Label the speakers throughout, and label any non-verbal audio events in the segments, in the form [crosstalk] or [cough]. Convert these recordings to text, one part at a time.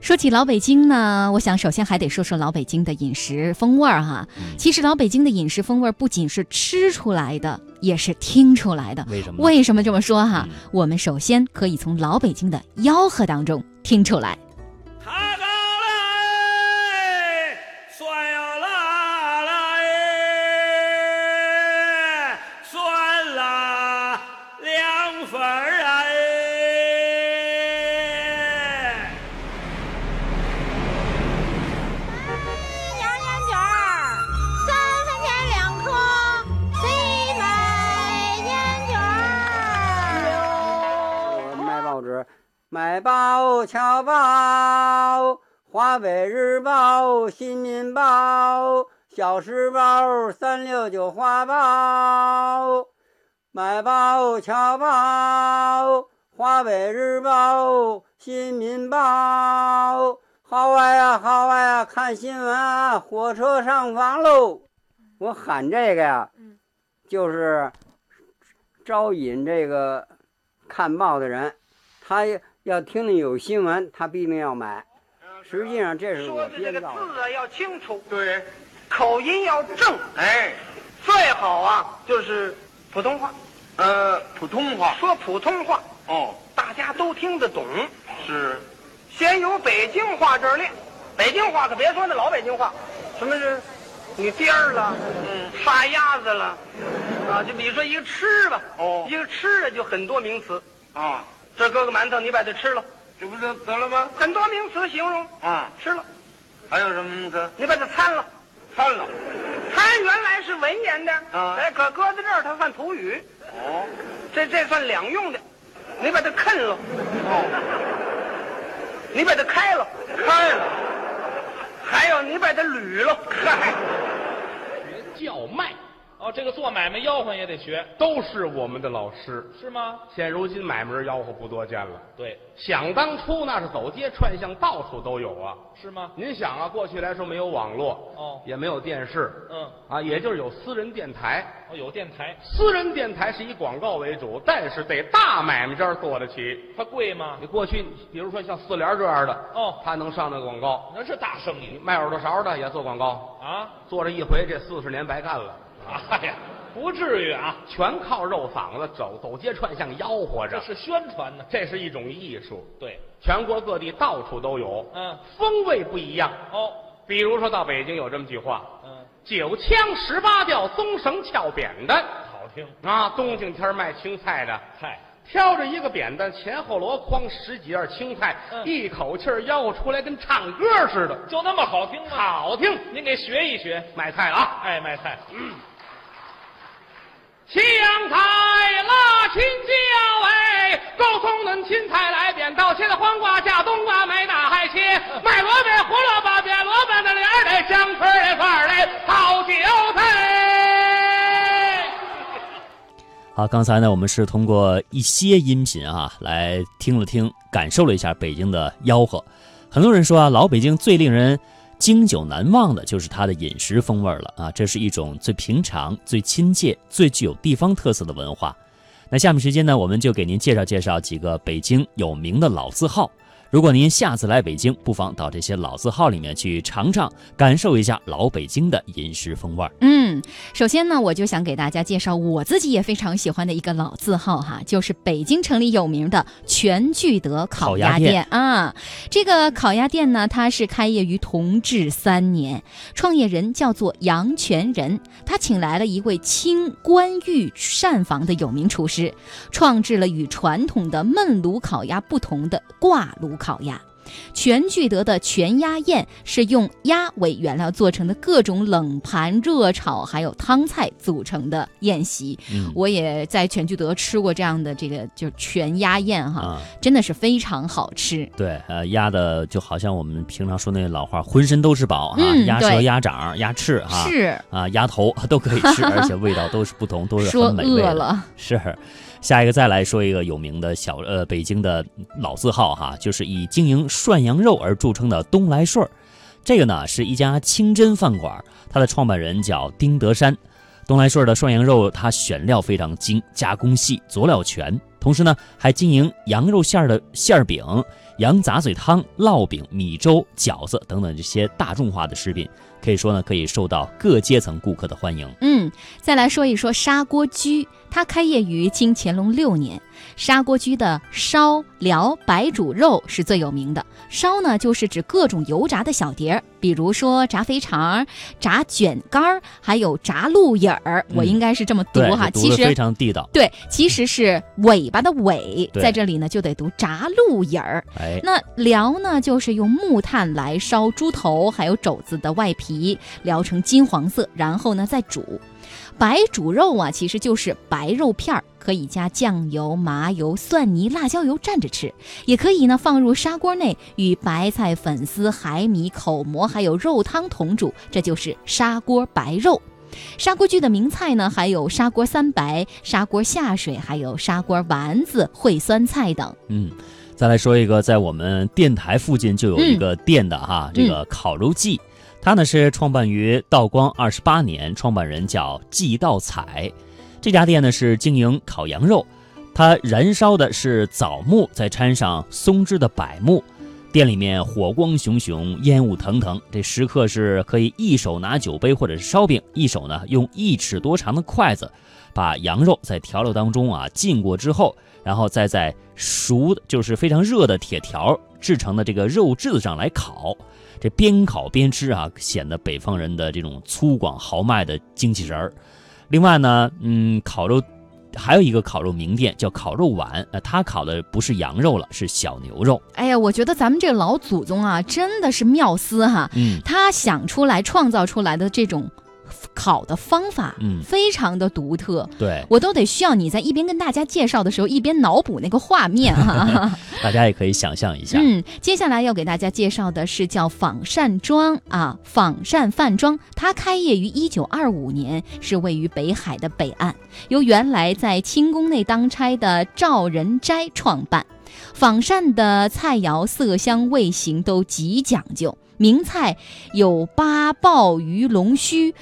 Speaker 1: 说起老北京呢，我想首先还得说说老北京的饮食风味儿哈。其实老北京的饮食风味儿不仅是吃出来的，也是听出来
Speaker 2: 嗯
Speaker 1: 的。
Speaker 3: 为什么呢？
Speaker 1: 为什么这么说哈
Speaker 3: 嗯？
Speaker 1: 我们首先可以从老北京的吆喝当中听出来。
Speaker 4: 爬高来，酸要辣辣哎，酸辣凉粉儿啊哎。
Speaker 5: 娘娘卷儿，三分钱两颗，谁买烟卷儿？
Speaker 6: 我卖报纸，买报、侨报、华北日报、新民报、小时报、三六九花报，买报、侨报、华北日报、新民报。号外呀，号外呀！看新闻啊，火车上房喽！我喊这个呀，就是招引这个看报的人，他要听见有新闻，他必定要买。实际上，这是我
Speaker 7: 说的这
Speaker 6: 编
Speaker 7: 个字
Speaker 6: 造的。
Speaker 7: 啊要清楚，对，口音要正，哎，最好啊就是普通话，呃，普通话说普通话，哦，大家都听得懂，是，先由北京话这儿练，北京话可别说那老北京话，什么是，你颠儿了，嗯，杀鸭子了，啊，就比如说一个吃吧，哦，一个吃的就很多名词，啊，这搁个馒头，你把它吃了。这不就得了吗？很多名词形容啊，吃了，还有什么名词？你把它参了，参了，参原来是文言的啊，哎，可搁在这儿它算土语。哦，这这算两用的，你把它啃了，哦，你把它开了，哦开了，还有你把它捋了，嗨。
Speaker 8: 叫卖。哦，这个做买卖吆喝也得学，
Speaker 2: 都是我们的老师。
Speaker 8: 是吗？
Speaker 2: 现如今买卖人吆喝不多见了，
Speaker 8: 对，
Speaker 2: 想当初那是走街串巷，到处都有啊。
Speaker 8: 是吗？
Speaker 2: 您想啊，过去来说没有网络，
Speaker 8: 哦
Speaker 2: 也没有电视，
Speaker 8: 嗯，
Speaker 2: 啊，也就是有私人电台。
Speaker 8: 哦，有电台，
Speaker 2: 私人电台是以广告为主，但是得大买卖家做得起。
Speaker 8: 它贵吗
Speaker 2: 你？过去，比如说像四联这样的，
Speaker 8: 哦
Speaker 2: 他能上那广告；
Speaker 8: 那是大生意
Speaker 2: 卖耳朵勺的也做广告，
Speaker 8: 啊！
Speaker 2: 做这一回，这四十年白干了，
Speaker 8: 哎呀，不至于啊，
Speaker 2: 全靠肉嗓子走走街串巷吆喝着
Speaker 8: 这。是宣传呢。
Speaker 2: 这是一种艺术，
Speaker 8: 对，
Speaker 2: 全国各地到处都有，
Speaker 8: 嗯，
Speaker 2: 风味不一样。
Speaker 8: 哦，
Speaker 2: 比如说到北京有这么句话
Speaker 8: 嗯，：“
Speaker 2: 九腔十八调，棕绳翘扁担。
Speaker 8: 好听。”
Speaker 2: 啊，冬景天儿卖青菜的，
Speaker 8: 嗨，
Speaker 2: 挑着一个扁担，前后箩筐十几样青菜，
Speaker 8: 嗯
Speaker 2: 一口气儿吆喝出来，跟唱歌似的，
Speaker 8: 就那么好听吗？
Speaker 2: 好听。
Speaker 8: 您给学一学。
Speaker 2: 买菜了啊！
Speaker 8: 爱卖菜，
Speaker 2: 青菜辣青椒哎，高葱嫩青菜来扁豆，切的黄瓜架冬瓜买大海切，卖萝卜胡萝卜扁萝卜那莲儿嘞，香椿儿嘞蒜儿嘞，好韭菜。
Speaker 3: 好，刚才呢，我们是通过一些音频啊，来听了听，感受了一下北京的吆喝。很多人说啊，老北京最令人经久难忘的就是它的饮食风味儿了啊，这是一种最平常、最亲切、最具有地方特色的文化。那下面时间呢，我们就给您介绍介绍几个北京有名的老字号。如果您下次来北京，不妨到这些老字号里面去尝尝，感受一下老北京的饮食风味儿。
Speaker 1: 嗯，首先呢，我就想给大家介绍我自己也非常喜欢的一个老字号哈，就是北京城里有名的全聚德烤鸭店啊。这个烤鸭店呢，它是开业于同治三年，创业人叫做杨全仁，他请来了一位清官御膳房的有名厨师，创制了与传统的焖炉烤鸭不同的挂炉烤鸭。全聚德的全鸭宴是用鸭为原料做成的各种冷盘、热炒还有汤菜组成的宴席。
Speaker 3: 嗯，
Speaker 1: 我也在全聚德吃过这样的这个就是全鸭宴哈，
Speaker 3: 啊。
Speaker 1: 真的是非常好吃。
Speaker 3: 对，呃，鸭的就好像我们平常说那老话，浑身都是宝啊，
Speaker 1: 嗯
Speaker 3: 鸭舌、
Speaker 1: 对
Speaker 3: 鸭掌、鸭翅啊，
Speaker 1: 是
Speaker 3: 啊，鸭头 [laughs] 都可以吃，而且味道都是不同，都是
Speaker 1: 说
Speaker 3: 很美味
Speaker 1: 饿
Speaker 3: 的。
Speaker 1: 了，
Speaker 3: 是，下一个再来说一个有名的小呃北京的老字号哈，就是以经营涮羊肉而著称的东来顺儿。这个呢是一家清真饭馆，它的创办人叫丁德山。东来顺儿的涮羊肉，它选料非常精，加工细，佐料全，同时呢还经营羊肉馅儿的馅儿饼、羊杂碎汤、烙饼、米粥、饺子等等这些大众化的食品，可以说呢可以受到各阶层顾客的欢迎。
Speaker 1: 嗯，再来说一说砂锅居，它开业于清乾隆六年。砂锅居的烧、辽、白煮肉是最有名的。烧呢，就是指各种油炸的小碟儿，比如说炸肥肠、炸卷肝儿，还有炸鹿尾儿。
Speaker 3: 嗯
Speaker 1: 我应该是这么读
Speaker 3: 对，
Speaker 1: 哈，
Speaker 3: 这
Speaker 1: 其
Speaker 3: 读的非
Speaker 1: 实。
Speaker 3: 常地道。
Speaker 1: 对，其实是尾巴的尾，
Speaker 3: 对
Speaker 1: 在这里呢就得读炸鹿尾儿。
Speaker 3: 哎，
Speaker 1: 那燎呢，就是用木炭来烧猪头，还有肘子的外皮，燎成金黄色，然后呢再煮。白煮肉啊，其实就是白肉片儿，可以加酱油、麻油、蒜泥、辣椒油蘸着吃，也可以呢放入砂锅内与白菜、粉丝、海米、口蘑还有肉汤同煮，这就是砂锅白肉。砂锅居的名菜呢，还有砂锅三白、砂锅下水，还有砂锅丸子、烩酸菜等。
Speaker 3: 嗯，再来说一个，在我们电台附近就有一个店的哈，这个烤肉季，它呢是创办于道光二十八年，创办人叫季道彩。这家店呢是经营烤羊肉，它燃烧的是枣木，再掺上松枝的柏木。店里面火光熊熊，烟雾腾腾，这食客是可以一手拿酒杯或者是烧饼，一手呢用一尺多长的筷子，把羊肉在调料当中啊浸过之后，然后再在熟的就是非常热的铁条制成的这个肉质子上来烤。这边烤边吃啊，显得北方人的这种粗犷豪迈的精气神儿。另外呢，嗯，烤肉还有一个烤肉名店叫烤肉碗，呃，它烤的不是羊肉了，是小牛肉。
Speaker 1: 哎呀，我觉得咱们这老祖宗啊，真的是妙思哈！
Speaker 3: 嗯，
Speaker 1: 他想出来、创造出来的这种烤的方法，
Speaker 3: 嗯
Speaker 1: 非常的独特，
Speaker 3: 对，
Speaker 1: 我都得需要你在一边跟大家介绍的时候，一边脑补那个画面哈。
Speaker 3: 大家也可以想象一下。
Speaker 1: 嗯，接下来要给大家介绍的是叫仿膳庄啊，仿膳饭庄，它开业于一九二五年，是位于北海的北岸，由原来在清宫内当差的赵仁斋创办。仿膳的菜肴色香味形都极讲究，名菜有八鲍鱼龙须。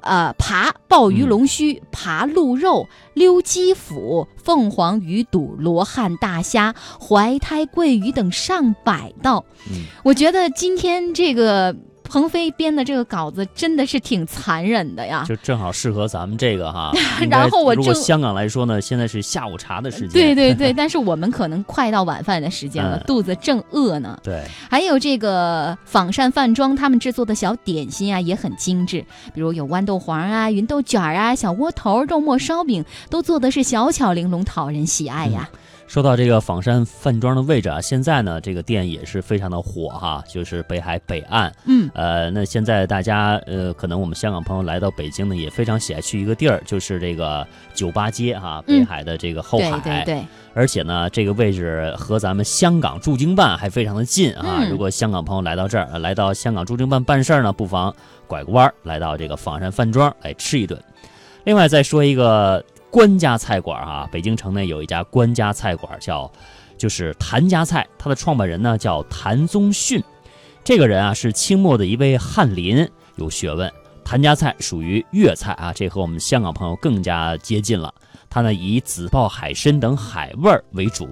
Speaker 1: 呃，扒鲍鱼
Speaker 3: 嗯
Speaker 1: 龙须、扒鹿肉、溜鸡脯、凤凰鱼肚、罗汉大虾、怀胎桂鱼等上百道。
Speaker 3: 嗯
Speaker 1: 我觉得今天这个鹏飞编的这个稿子真的是挺残忍的呀。。
Speaker 3: 就正好适合咱们这个哈
Speaker 1: [laughs]
Speaker 3: 应该
Speaker 1: 然后我
Speaker 3: 如果
Speaker 1: 正
Speaker 3: 香港来说呢，现在是下午茶的时间。
Speaker 1: 对对对，但是我们可能快到晚饭的时间了，
Speaker 3: 嗯
Speaker 1: 肚子正饿呢。
Speaker 3: 对，
Speaker 1: 还有这个仿膳饭庄，他们制作的小点心啊也很精致，比如有豌豆黄啊、芸豆卷儿啊、小窝头、肉末烧饼，都做的是小巧玲珑，讨人喜爱呀。
Speaker 3: 说到这个仿山饭庄的位置啊，现在呢这个店也是非常的火哈，就是北海北岸。
Speaker 1: 嗯
Speaker 3: 呃，那现在大家呃，可能我们香港朋友来到北京呢，也非常喜爱去一个地儿，就是这个酒吧街哈，
Speaker 1: 嗯
Speaker 3: 北海的这个后海。
Speaker 1: 对对对，
Speaker 3: 而且呢，这个位置和咱们香港驻京办还非常的近啊。
Speaker 1: 嗯
Speaker 3: 如果香港朋友来到这儿，呃来到香港驻京办办事儿呢，不妨拐个弯儿来到这个仿山饭庄来吃一顿。另外再说一个官家菜馆啊，北京城内有一家官家菜馆叫，就是谭家菜，它的创办人呢叫谭宗训，这个人啊是清末的一位翰林，有学问。谭家菜属于粤菜啊，这和我们香港朋友更加接近了。它呢以紫鲍、海参等海味儿为主。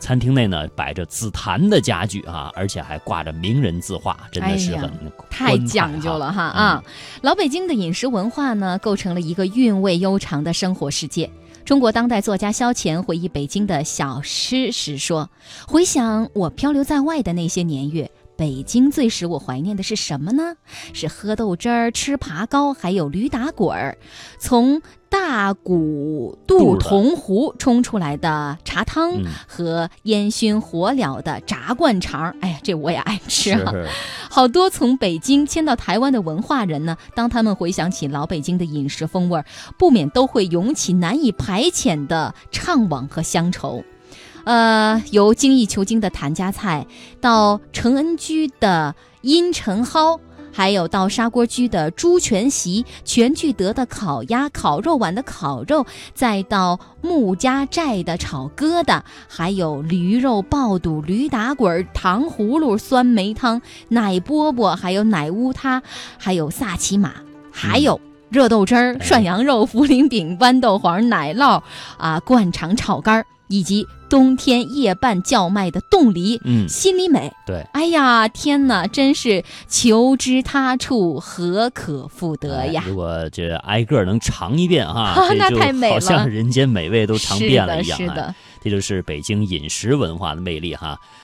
Speaker 3: 餐厅内呢摆着紫檀的家具啊，而且还挂着名人字画，真的是
Speaker 1: 哎呀
Speaker 3: 很、
Speaker 1: 太讲究了哈啊！老北京的饮食文化呢，构成了一个韵味悠长的生活世界。中国当代作家萧乾回忆北京的小吃时说：“回想我漂流在外的那些年月，北京最使我怀念的是什么呢？是喝豆汁儿、吃爬糕，还有驴打滚儿。从大鼓
Speaker 3: 肚
Speaker 1: 渡
Speaker 3: 子
Speaker 1: 铜壶冲出来的茶汤
Speaker 3: 嗯
Speaker 1: 和烟熏火燎的炸灌肠，哎呀，这我也爱吃啊
Speaker 3: 是
Speaker 1: 哈、好多从北京迁到台湾的文化人呢，当他们回想起老北京的饮食风味儿，不免都会涌起难以排遣的怅惘和乡愁。呃，由精益求精的谭家菜，到承恩居的阴沉蒿，还有到砂锅居的猪全席、全聚德的烤鸭、烤肉碗的烤肉，再到穆家寨的炒疙瘩，还有驴肉爆肚、驴打滚儿、糖葫芦、酸梅汤、奶饽饽，还有奶乌塌，还有萨其马，还有。热豆汁
Speaker 3: 哎
Speaker 1: 儿、涮羊肉、茯苓饼、豌豆黄、奶酪，啊，灌肠炒肝儿，以及冬天夜半叫卖的冻梨， [laughs]
Speaker 3: 嗯
Speaker 1: 心里美。
Speaker 3: 对，
Speaker 1: 哎呀，天哪，真是求之他处，何可复得呀
Speaker 3: 哎！如果这挨个儿能尝一遍哈，
Speaker 1: 啊 [laughs]
Speaker 3: 这
Speaker 1: 那
Speaker 3: 就
Speaker 1: 太美
Speaker 3: 好像
Speaker 1: 了
Speaker 3: 人间美味都尝遍了一样。
Speaker 1: 是的，是
Speaker 3: 哎
Speaker 1: 的。
Speaker 3: 这就是北京饮食文化的魅力哈。